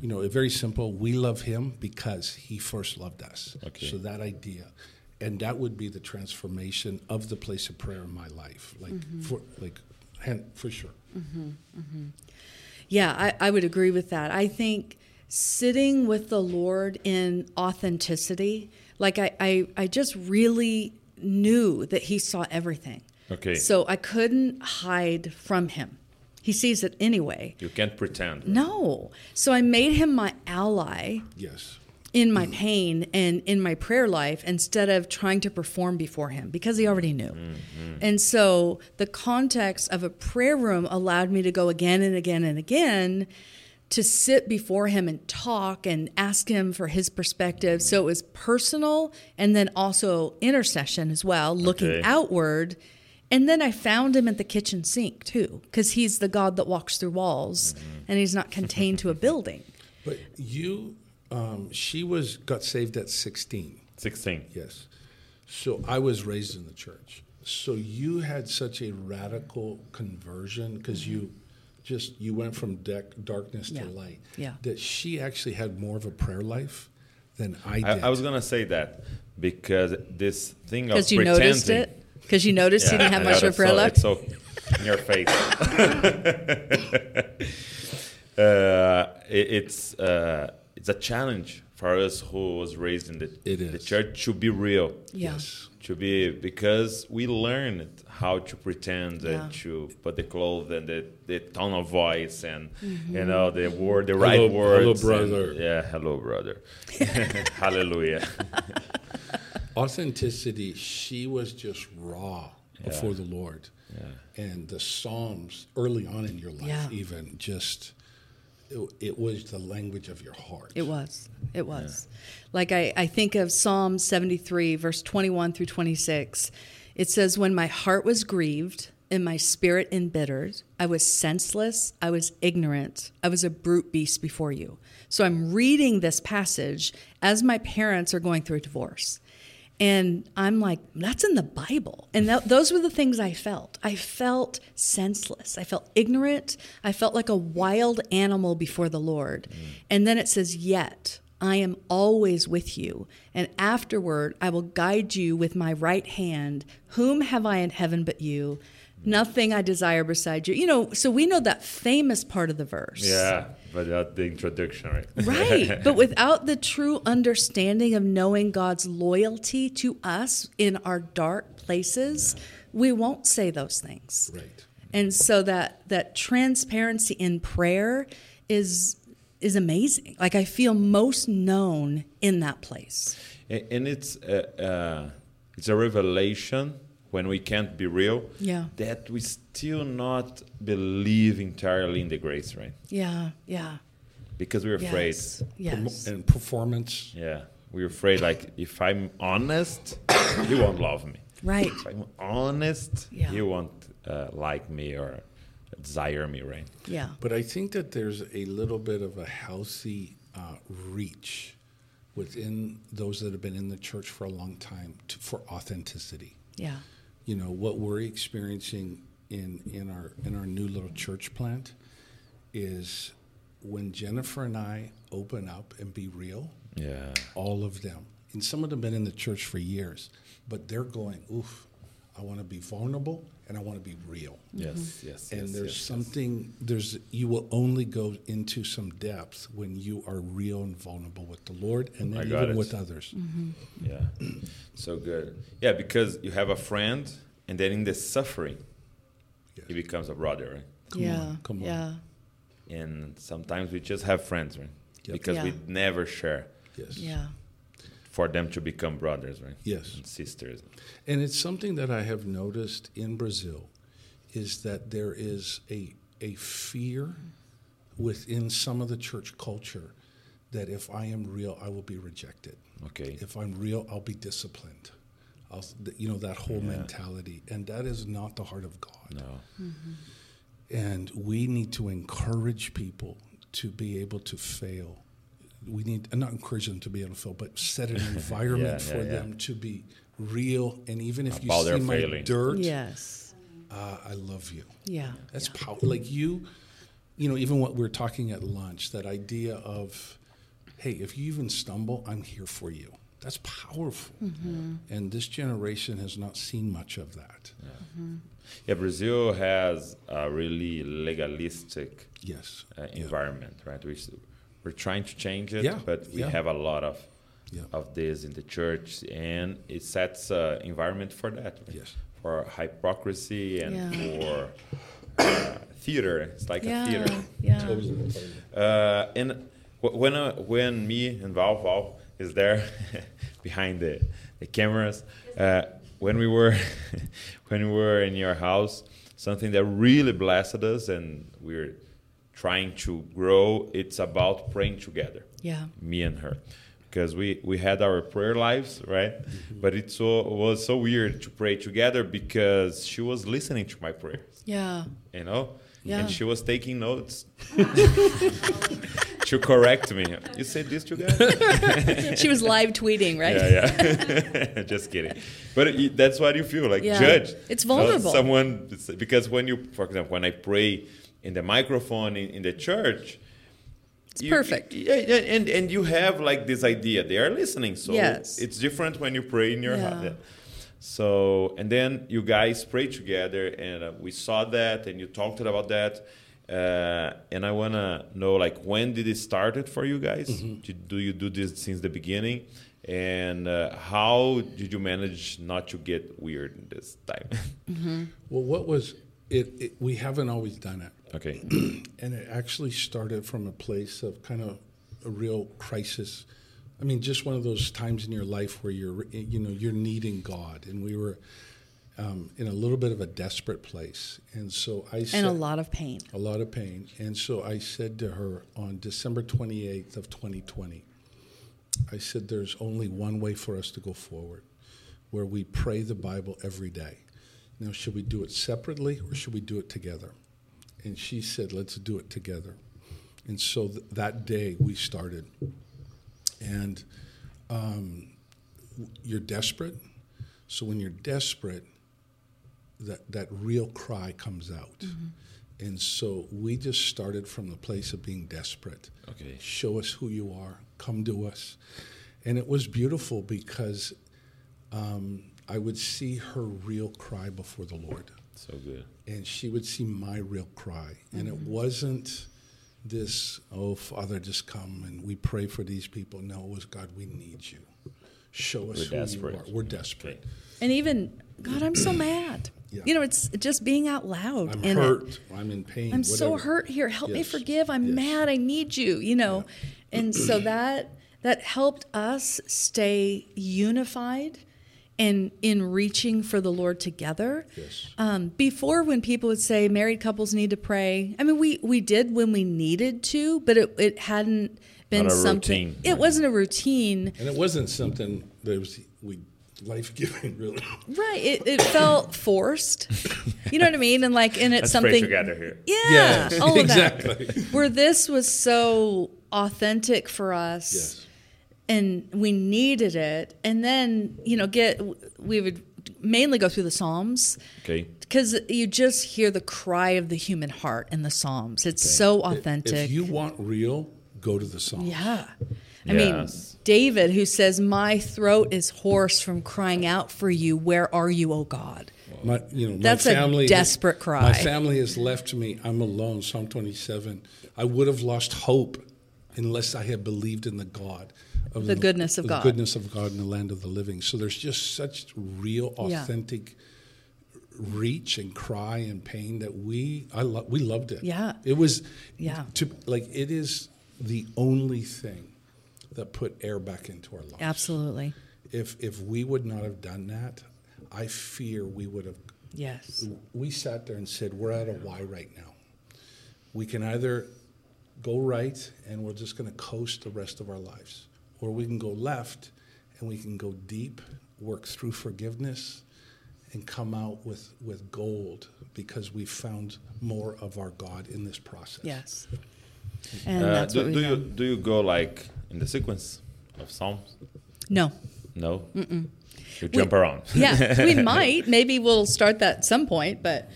You know, it's very simple. We love Him because He first loved us.
Okay.
So that idea, and that would be the transformation of the place of prayer in my life, like
Mm-hmm.
for like, hen- for sure.
Yeah, I, I would agree with that. I think sitting with the Lord in authenticity, like I, I, I just really knew that He saw everything.
Okay.
So I couldn't hide from Him. He sees it anyway.
You can't pretend.
No. So I made Him my ally
Yes.
in my pain and in my prayer life instead of trying to perform before him because he already knew. And so the context of a prayer room allowed me to go again and again and again to sit before him and talk and ask him for his perspective. So it was personal and then also intercession as well, looking
Okay.
outward. And then I found him at the kitchen sink too, because he's the God that walks through walls and he's not contained to a building.
But you, um, she was got saved at 16.
16.
Yes. So I was raised in the church. So you had such a radical conversion because you just you went from dec- darkness
Mm-hmm.
to
Yeah.
light.
Yeah.
That she actually had more of a prayer life than I did.
I, I was gonna say that because this thing of
Because you
pretending.
noticed it? Because you noticed he didn't have
I
much
know,
of a prayer
that's so-
left?
it's so in your face. uh, it- it's uh, it's a challenge for us who was raised in the
It
the
is.
church to be real.
Yeah.
Yes.
To be because we learned how to pretend and
Yeah.
to put the clothes and the, the tone of voice and
Mm-hmm.
you know the word the right
Hello- hello,
words. and-
brother.
yeah, hello brother. Hallelujah.
authenticity she was just raw before the lord and the psalms early on in your life
Yeah.
even just it, it was the language of your heart
It was. It was. Like I, I think of Psalm 73, verse 21 through 26. It says, When my heart was grieved and my spirit embittered, I was senseless, I was ignorant, I was a brute beast before you. So I'm reading this passage as my parents are going through a divorce. And I'm like, that's in the Bible. And tho- those were the things I felt. I felt senseless. I felt ignorant. I felt like a wild animal before the Lord. And then it says, Yet I am always with you. And afterward, I will guide you with my right hand. Whom have I in heaven but you? Nothing I desire beside you. You know, so we know that famous part of the verse.
yeah, without the introduction, right?
Right. but without the true understanding of knowing God's loyalty to us in our dark places, we won't say those things.
right
And so that that transparency in prayer is is amazing. Like I feel most known in that place.
A- and it's a, uh, it's a revelation when we can't be real
Yeah.
that we still not believe entirely in the grace right
Yeah, yeah.
because we're afraid
Yes.
Permo-
Yes.
and performance
yeah we're afraid like if i'm honest he won't love me
Right.
if i'm honest
Yeah.
he won't uh, like me or desire me right
Yeah.
but i think that there's a little bit of a healthy uh, reach within those that have been in the church for a long time to, for authenticity
Yeah.
you know what we're experiencing in in our in our new little church plant is when Jennifer and I open up and be real,
yeah
all of them, and some of them been in the church for years, but they're going, oof, I want to be vulnerable and I want to be real.
Mm-hmm.
yes yes
And
yes,
there's
yes.
something there's you will only go into some depth when you are real and vulnerable with the Lord and
I
then
got
even
it. Mm.
with others.
Yeah. So good. Yeah, because you have a friend, and then in the suffering,
Yes.
he becomes a brother, right?
Come
yeah.
on, come on.
yeah.
And sometimes we just have friends, right?
Yep.
Because we
Yeah.
never share
Yes.
Yeah.
for them to become brothers, right?
Yes.
And sisters.
And it's something that I have noticed in Brazil is that there is a a fear within some of the church culture that if I am real, I will be rejected.
Okay.
If I'm real, I'll be disciplined. I'll, you know that whole mentality, and that is not the heart of God.
No.
And we need to encourage people to be able to fail. We need uh, not encourage them to be able to fail, but set an environment
yeah,
for
yeah.
them to be real. And even if
About
you
their
see my
failing.
dirt,
Yes.
uh, I love you.
Yeah.
That's pow- like you, you know, even what we are talking at lunch, that idea of, hey, if you even stumble, I'm here for you. That's powerful. And this generation has not seen much of that.
Yeah, Brazil has a really legalistic
Yes.
uh,
Yeah.
environment, right? We, s- we're trying to change it,
Yeah,
but we
yeah.
have a lot of
Yeah.
of this in the church, and it sets uh, environment for that, right?
Yes.
for hypocrisy and
Yeah.
for uh, theater. It's like a
Yeah.
theater.
Yeah.
Uh, and wh- when uh, when me and Val Val is there behind the, the cameras. Uh, when we were when we were in your house, something that really blessed us, and we're trying to grow. It's about praying together.
Yeah.
me and her, because we we had our prayer lives, right? But it so was so weird to pray together because she was listening to my prayers,
Yeah.
you know,
Yeah.
and she was taking notes. To correct me, you said this together.
She was live tweeting, right?
Yeah, yeah. Just kidding. But it, that's what you feel like,
Yeah.
judge.
It's
Not
vulnerable.
Someone because when you, for example, when I pray in the microphone in, in the church, it's
perfect.
Yeah, yeah, and and you have like this idea they are listening, so
Yes.
it's different when you pray in your
Yeah.
house. Yeah. So and then you guys pray together, and uh, we saw that, and you talked about that. Uh, and I wanna know, like, when did it started for you guys? Did, do you do this since the beginning? And uh, how did you manage not to get weird in this time?
Well, what was it, it? We haven't always done it.
okay.
and it actually started from a place of kind of a real crisis. I mean, just one of those times in your life where you're, you know, you're needing God, and we were um, in a little bit of a desperate place, and so I said,
And a lot of pain.
a lot of pain, and so I said to her on December 28th of 2020, I said, "There's only one way for us to go forward, where we pray the Bible every day. Now, should we do it separately or should we do it together?" And she said, "Let's do it together." And so th- that day we started, and um, you're desperate. So when you're desperate, that that real cry comes out. And so we just started from the place of being desperate.
Okay.
Show us who you are. Come to us. And it was beautiful because um, I would see her real cry before the Lord
So good.
and she would see my real cry. And it
Mm-hmm.
wasn't this, oh, Father, just come and we pray for these people. No, it was God, we need you. Show us
We're
who
desperate.
you are. We're desperate.
Okay.
And even, God, I'm so mad.
Yeah.
You know, it's just being out loud.
I'm
in it.
hurt. I'm in pain.
uh, I'm so
whatever.
hurt here. Help me
Yes.
forgive. I'm
Yes.
mad. I need you. You know, and so that that helped us stay unified and in reaching for the Lord together.
Yes.
Um, before, when people would say married couples need to pray, I mean, we we did when we needed to, but it it hadn't been
Not a
something.
routine.
It wasn't a routine.
And it wasn't something that was we life giving, really.
Right. It, it felt forced. You know what I mean? And like, and it's
Let's
something.
pray together here.
Yeah. all of that.
exactly.
Where this was so authentic for us
Yes.
and we needed it. And then, you know, get, we would mainly go through the Psalms
Okay.
because you just hear the cry of the human heart in the Psalms. It's so authentic.
If you want real, go to the Psalms.
Yeah. I
Yes.
mean, David, who says, My throat is hoarse from crying out for you. Where are you, O God?
My, you know,
That's
my
a
family
desperate cry.
My family has left me. I'm alone. Psalm 27. I would have lost hope unless I had believed in the God of
The goodness of
the
God.
goodness of God in the land of the living. So there's just such real,
Yeah.
authentic reach and cry and pain that we I lo- we loved it.
Yeah.
it was.
Yeah.
to, like it is the only thing that put air back into our lives
Absolutely.
if if we would not have done that, I fear we would have.
Yes.
We sat there and said, "We're at a Y right now. We can either go right and we're just going to coast the rest of our lives, or we can go left and we can go deep, work through forgiveness, and come out with with gold because we found more of our God in this process."
Yes. And
Uh,
that's
do
what we
do
know.
you do you go like in the sequence of psalms?
No.
No. Mm-mm. You jump around.
Yeah, we might. Maybe we'll start that at some point, but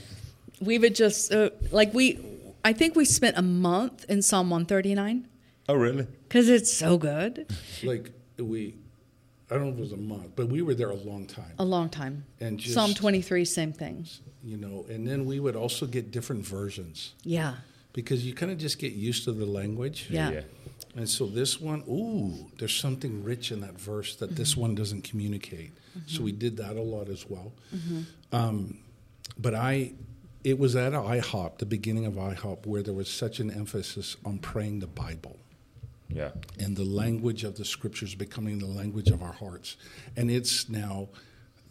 we would just, uh, like, we, I think we spent a month in Psalm 139
oh really?
because it's so good.
Like we, I don't know if it was a month, but we were there a long time.
A long time.
And just-
Psalm 23, same thing.
you know and then we would also get different versions
Yeah.
because you kind of just get used to the language
Yeah.
and so this one ooh there's something rich in that verse that this one doesn't communicate so we did that a lot as well um, but i it was at ihop the beginning of ihop where there was such an emphasis on praying the bible
Yeah.
and the language of the scriptures becoming the language of our hearts. And it's now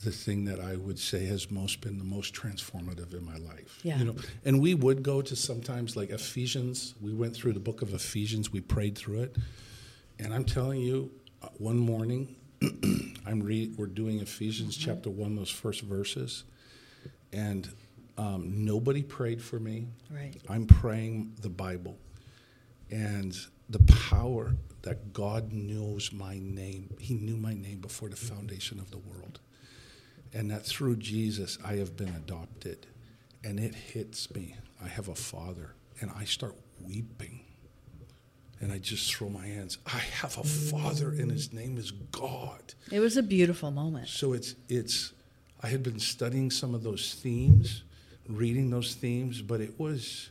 the thing that I would say has most been the most transformative in my life.
Yeah.
You know, and we would go to sometimes like Ephesians. We went through the book of Ephesians. We prayed through it, and I'm telling you, uh, one morning, I'm re- we're doing Ephesians chapter one, those first verses, and um, nobody prayed for me.
Right.
I'm praying the Bible and the power that God knows my name. He knew my name before the foundation of the world. And that through Jesus, I have been adopted. And it hits me. I have a father. And I start weeping. And I just throw my hands. I have a father, and his name is God.
It was a beautiful moment.
So it's it's I had been studying some of those themes, reading those themes, but it was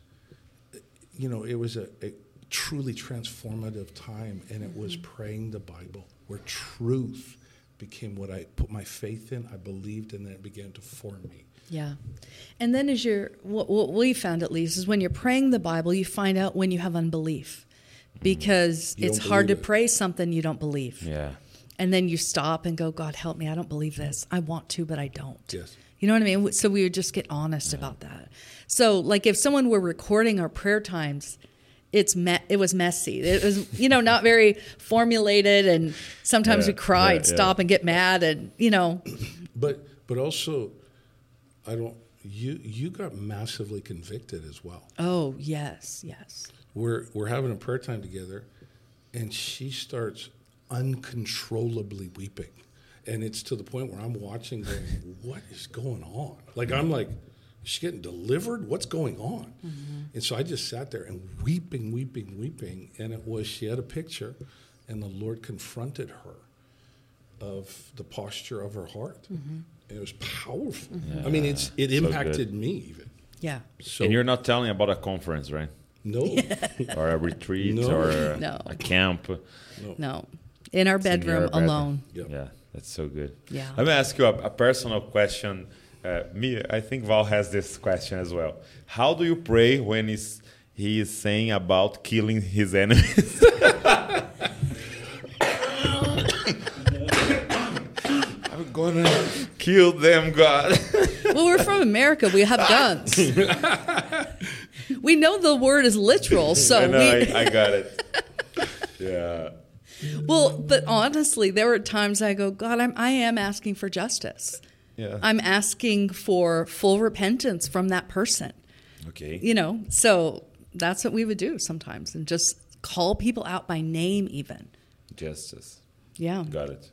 you know, it was a, a truly transformative time and it was praying the Bible where truth became what I put my faith in, I believed in and it began to form me.
Yeah. And then, as you're, what, what we found at least is when you're praying the Bible, you find out when you have unbelief because
You
it's
don't
hard to
believe it.
pray something you don't believe.
Yeah.
And then you stop and go, God, help me. I don't believe this. I want to, but I don't.
Yes.
You know what I mean? So we would just get honest about that. So, like, if someone were recording our prayer times, it's me- it was messy. It was you know not very formulated, and sometimes
Yeah,
we cried,
yeah, yeah.
stop, and get mad, and you know,
But but also I don't you you got massively convicted as well.
oh yes, yes,
we're we're having a prayer time together and she starts uncontrollably weeping and it's to the point where i'm watching going what is going on like i'm like is she getting delivered what's going on and so i just sat there and weeping weeping weeping and it was she had a picture and the lord confronted her of the posture of her heart and it was powerful i mean it's it
So good.
impacted me even
yeah,
so
and you're not telling about a conference, right?
no
Or a retreat
No.
or a,
No.
a camp.
no, in our
in your
bedroom
bedroom.
alone,
Yeah.
Yeah, that's so good.
Yeah.
Let me ask you a, a personal question. Uh, me, I think Val has this question as well. How do you pray when he's, he is saying about killing his enemies? I'm gonna kill them, God.
Well, we're from America. We have guns. we know the word is literal, so
I know,
we.
I, I got it. Yeah.
Well, but honestly, there were times I go, God, I'm, I am asking for justice.
Yeah.
I'm asking for full repentance from that person.
okay.
You know, so that's what we would do sometimes, and just call people out by name, even.
Justice.
Yeah.
Got it.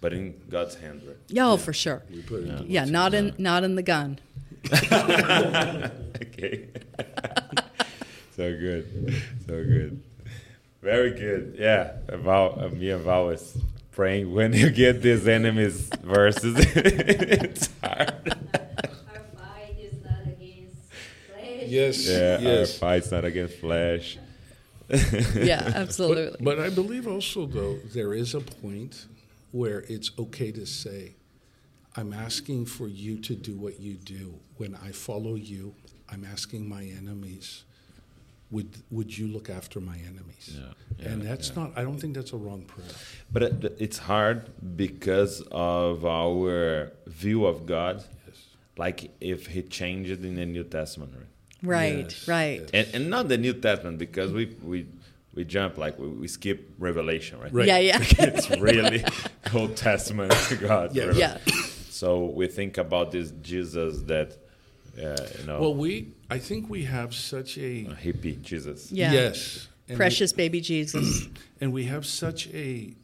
But in God's hand, right?
Yeah, oh, for sure.
we put it into
Yeah, not in not in the gun.
okay. so good. So good. Very good. Yeah. Val, uh, me and Val is praying when you get these enemies versus it's hard.
Our fight is not against flesh.
Yes.
Yeah,
Yes.
our fight's not against flesh.
Yeah,
But-
absolutely.
But, I believe also, though, there is a point where it's okay to say, I'm asking for you to do what you do. When I follow you, I'm asking my enemies, would, would you look after my enemies?
yeah,
and that's not, I don't think that's a wrong prayer.
But it- it's hard because of our view of God. Like if he changed in the New Testament, right?
right,
Yes,
right.
And, and not the New Testament because we we we jump like we, we skip Revelation, right?
Right.
Yeah, yeah.
it's really Old Testament to God.
Yeah.
really.
Yeah.
So we think about this Jesus that, uh, you know,
Well, we, I think we have such a,
a hippie Jesus.
Yeah.
yes. And we-
Precious baby Jesus.
and we have such a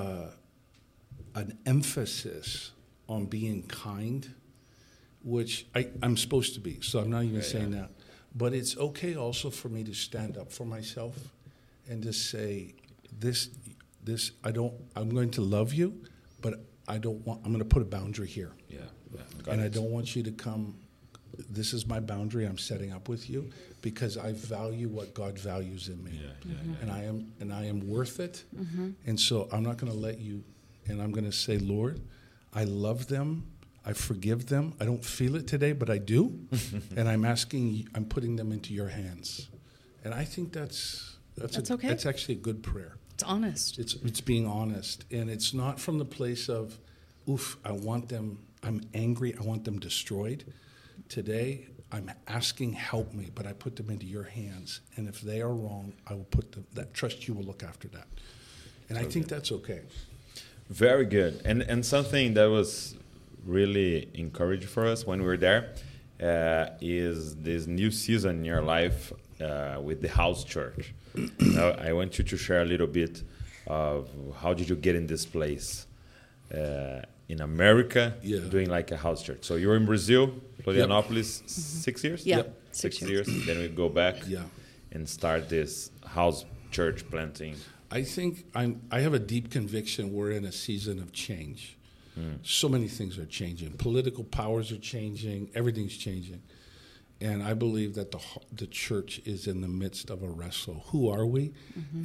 uh, an emphasis on being kind, which I, I'm supposed to be, so I'm not even saying that. But it's okay also for me to stand up for myself and to say this this I don't I'm going to love you, but I don't want I'm going to put a boundary here.
Yeah.
And I don't want you to come. This is my boundary I'm setting up with you because I value what God values in me,
Mm-hmm.
and I am and I am worth it. And so I'm not going to let you. And I'm going to say, Lord, I love them. I forgive them. I don't feel it today, but I do. and I'm asking. I'm putting them into your hands. And I think that's That's,
That's
a,
okay.
That's actually a good prayer.
It's honest.
It's it's being honest, and it's not from the place of, oof, I want them. I'm angry. I want them destroyed. Today, I'm asking, help me. But I put them into your hands, and if they are wrong, I will put them. That trust you will look after that, and I think that's okay.
Very good. And and something that was really encouraging for us when we were there uh, is this new season in your life uh, with the house church. now, I want you to share a little bit of how did you get in this place uh, in America,
Yeah.
doing like a house church. So you were in Brazil, Florianópolis, six years.
Mm-hmm. Yeah, Yep.
six,
six
years. Then we go back
Yeah.
and start this house church planting.
I think I'm, I have a deep conviction we're in a season of change. So many things are changing. Political powers are changing. Everything's changing. And I believe that the, ho- the church is in the midst of a wrestle. Who are we?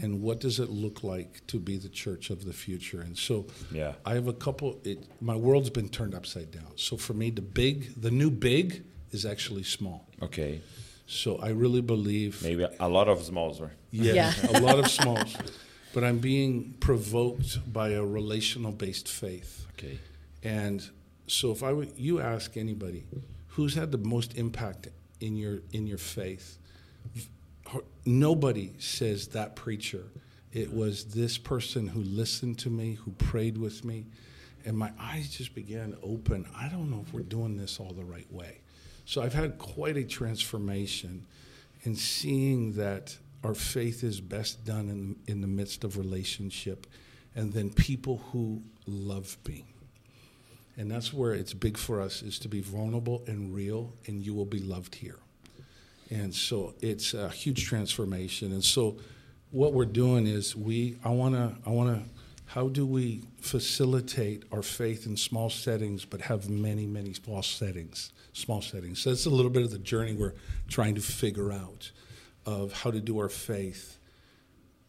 And what does it look like to be the church of the future? And so
Yeah.
I have a couple, it, my world's been turned upside down. So for me, the big, the new big is actually small.
Okay,
So I really believe
maybe a lot of smalls were.
yeah,
Yeah.
a lot of smalls. But I'm being provoked by a relational based faith.
Okay.
And so if I were, you ask anybody who's had the most impact in your in your faith, har- nobody says that preacher. It was this person who listened to me, who prayed with me, and my eyes just began to open. I don't know if we're doing this all the right way. So I've had quite a transformation in seeing that our faith is best done in, in the midst of relationship and then people who love me. And that's where it's big for us is to be vulnerable and real, and you will be loved here. And so it's a huge transformation. And so what we're doing is we I wanna I wanna how do we facilitate our faith in small settings but have many, many small settings small settings. So that's a little bit of the journey we're trying to figure out of how to do our faith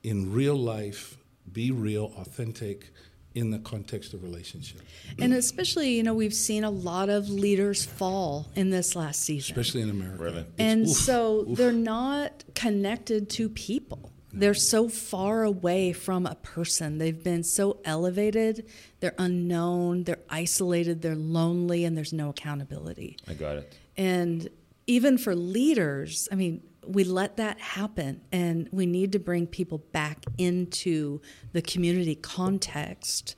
in real life, be real, authentic in the context of relationship.
And especially, you know, we've seen a lot of leaders fall in this last season.
especially in America.
Really?
It's-
and
oof,
so
oof.
they're not connected to people. They're so far away from a person. They've been so elevated, they're unknown, they're isolated, they're lonely, and there's no accountability.
I got it.
And even for leaders, I mean, we let that happen and we need to bring people back into the community context.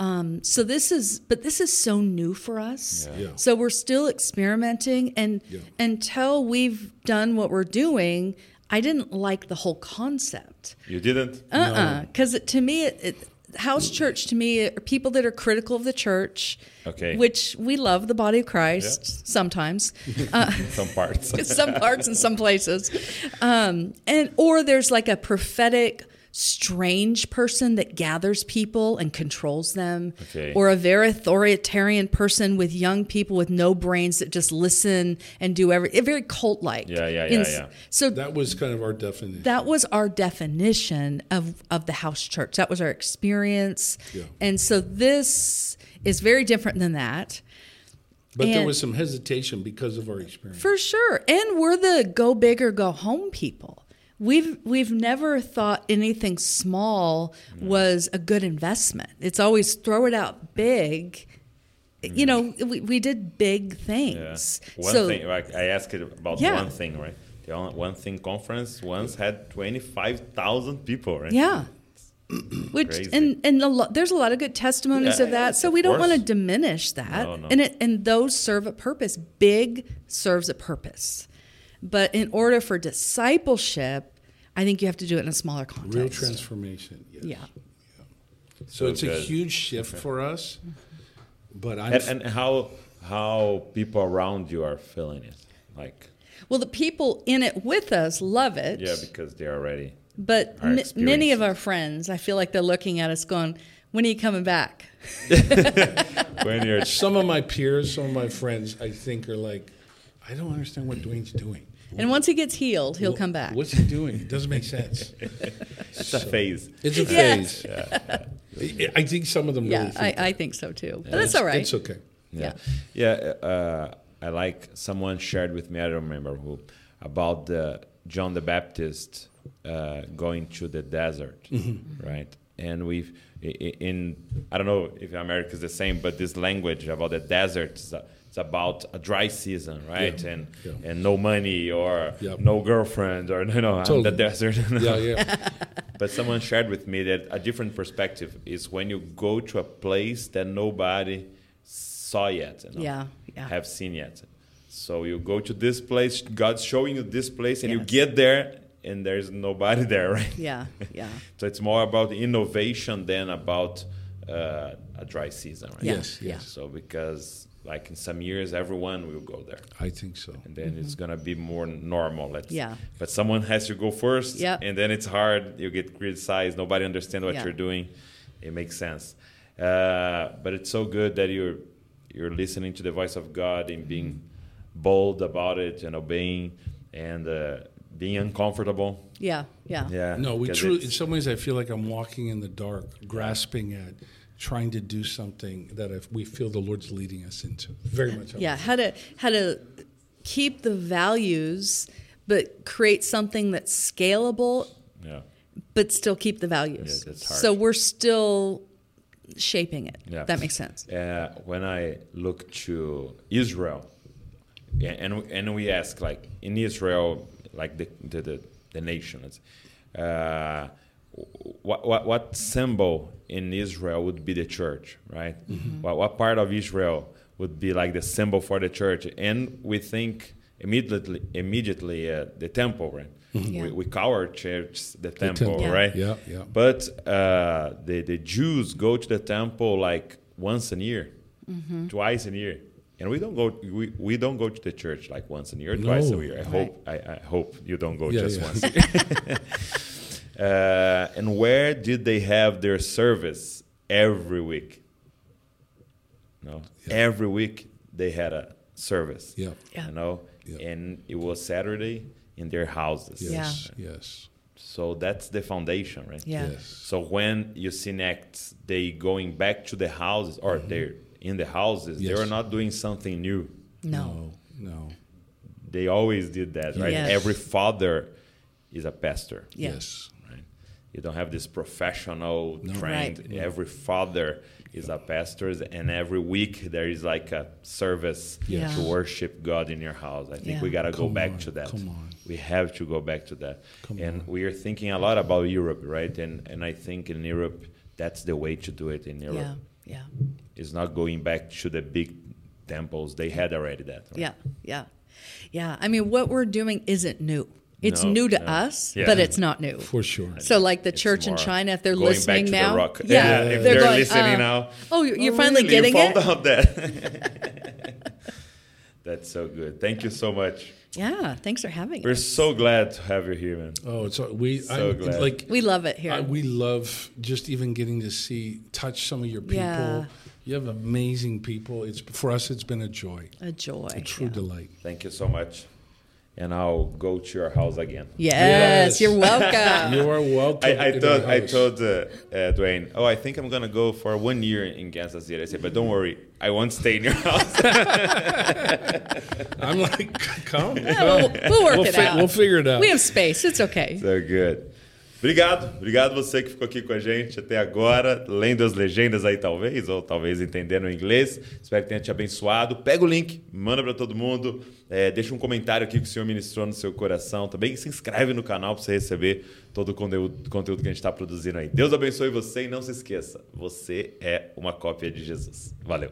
Um, so this is, but this is so new for us.
Yeah.
Yeah.
So we're still experimenting, and
Yeah.
until we've done what we're doing, I didn't like the whole concept.
You didn't?
Uh-uh. Because to me, it, it, house church to me are people that are critical of the church.
Okay.
Which we love the body of Christ sometimes,
Some parts.
some parts and some places, um, and or there's like a prophetic strange person that gathers people and controls them
Okay.
or a very authoritarian person with young people with no brains that just listen and do every very cult like
Yeah, yeah, yeah, yeah.
so
that was kind of our definition.
that was our definition of of the house church. That was our experience.
Yeah.
And so this is very different than that.
but there
and-
was some hesitation because of our experience.
For sure. And we're the go big or go home people. We've we've never thought anything small
Mm.
was a good investment. It's always throw it out big. You know, we, we did big
Mm. Yeah.
things.
One
so
thing, like I asked it about
Yeah.
one thing, right? The only one thing conference once had 25,000 people, right?
Yeah. Which
Crazy.
and and a lo- there's a lot of good testimonies
Yeah,
of that,
yes,
so
of
we don't want to
course.
diminish that.
No, no.
And it, and those serve a purpose. Big serves a purpose, but in order for discipleship, I think you have to do it in a smaller context.
Real transformation. Yes.
Yeah.
So it's a
good.
huge shift for us. But I'm
And, and how how people around you are feeling it? Like,
Well, the people in it with us love it.
yeah, because they're already.
but
our
m- many
experiences.
of our friends, I feel like they're looking at us, going, "When are you coming back?"
When you're
some of my peers, some of my friends, I think are like, I don't understand what Dwayne's doing.
And once he gets healed, he'll
Wh-
come back.
What's he doing? It doesn't make sense.
it's a phase.
It's a
Yes.
phase. I I think some of them
yeah,
really
I,
think
I think so too. But that's all right.
It's okay.
Yeah. Yeah. uh, I like someone shared with me, I don't remember who, about the John the Baptist uh, going to the desert,
Mm-hmm.
right? And we've i- i- in I don't know if America is the same, but this language about the desert is a- it's about a dry season, right?
Yeah.
And
Yeah.
and no money or
Yep.
no girlfriend or no no I'm the
Totally.
desert.
yeah, yeah.
But someone shared with me that a different perspective is when you go to a place that nobody saw yet, you know,
Yeah, yeah.
have seen yet. So you go to this place, God's showing you this place, and you
Yes.
get there, and there's nobody there, right?
Yeah, yeah.
So it's more about innovation than about uh, a dry season, right?
Yeah,
Yes,
yeah.
yes.
So because like in some years, everyone will go there
I think so.
and then it's gonna be more normal. Let's,
Mm-hmm. Yeah.
But someone has to go first,
Yep.
and then it's hard. You get criticized. Nobody understands what
Yeah.
you're doing. It makes sense. Uh, but it's so good that you're you're listening to the voice of God and being
Mm-hmm.
bold about it and obeying and uh, being uncomfortable.
Yeah, yeah.
Yeah.
No, we
'cause
truly.
it's-
In some ways, I feel like I'm walking in the dark, grasping at, trying to do something that I, we feel the Lord's leading us into. Very much.
Yeah, how to how to keep the values but create something that's scalable
yeah.
but still keep the values.
Yeah, that's hard.
So we're still shaping it.
Yeah.
That makes sense.
Uh, when I look to Israel, yeah, and and we ask like in Israel, like the the the, the nation, it's, uh, what what what symbol in Israel would be the church, right? What what part of Israel would be like the symbol for the church? And we think immediately immediately uh, the temple, right?
Yeah.
We, we call our church the temple,
temple,
Yeah.
right?
yeah, yeah.
But uh, the the Jews go to the temple like once a year, twice a year, and we don't go we, we don't go to the church like once a year, twice a
No.
year. I hope I, I hope you don't go just
yeah.
once. a year. uh, and where did they have their service every week? No, every week they had a service.
Yeah.
Yeah.
you know,
Yeah.
and it was Saturday in their houses.
Yes. Yes.
So that's the foundation, right?
Yeah.
Yes.
So when you see next they going back to the houses or they're in the houses,
Yes.
they are not doing something new.
No.
No.
They always did that, right?
Yes.
Every father is a pastor.
Yeah.
Yes.
Right? You don't have this professional trained.
Right.
Every father is a pastor, and every week there is like a service
Yes.
to worship God in your house. I think
Yeah.
we gotta go
Come
back
on,
to that.
come on.
We have to go back to that.
Come
and
on.
we are thinking a lot about Europe, right? And and I think in Europe that's the way to do it. In Europe,
Yeah. Yeah.
it's not going back to the big temples. They had already that. right?
Yeah. Yeah. Yeah. I mean, what we're doing isn't new. It's
No,
new to
no.
us,
Yeah.
but it's not new.
For sure.
So, like the
It's
church in
more
China, if they're
going back
listening
to the
now,
rock.
yeah,
Yeah, if
they're,
they're
going,
listening
uh,
now,
Oh, you- you're
Oh,
finally
really?
getting
you
it.
found out that. That's so good. Thank you so much.
Yeah, thanks for having
We're
us.
so glad to have you here, man.
Oh, it's we.
So
I,
glad.
Like
We love it here.
I, we love just even getting to see, touch some of your people.
Yeah.
You have amazing people. It's for us. It's been a joy,
a joy.
a true
yeah.
delight.
Thank you so much. And I'll go to your house again.
Yes,
Yes.
you're welcome.
You are welcome.
I, I
in
told
our
I
house.
told uh, uh, Dwayne, oh, I think I'm gonna go for one year in Kansas City. I said, but don't worry, I won't stay in your house.
I'm like, come.
Yeah, we'll, we'll work
We'll
it
fi-
out.
we'll figure it out.
We have space. It's okay.
so good. Obrigado, obrigado você que ficou aqui com a gente até agora, lendo as legendas aí talvez, ou talvez entendendo o inglês. Espero que tenha te abençoado. Pega o link, manda para todo mundo, é, deixa um comentário aqui que o Senhor ministrou no seu coração também. e Se inscreve no canal para você receber todo o conteúdo, conteúdo que a gente tá está produzindo aí. Deus abençoe você e não se esqueça, você é uma cópia de Jesus. Valeu.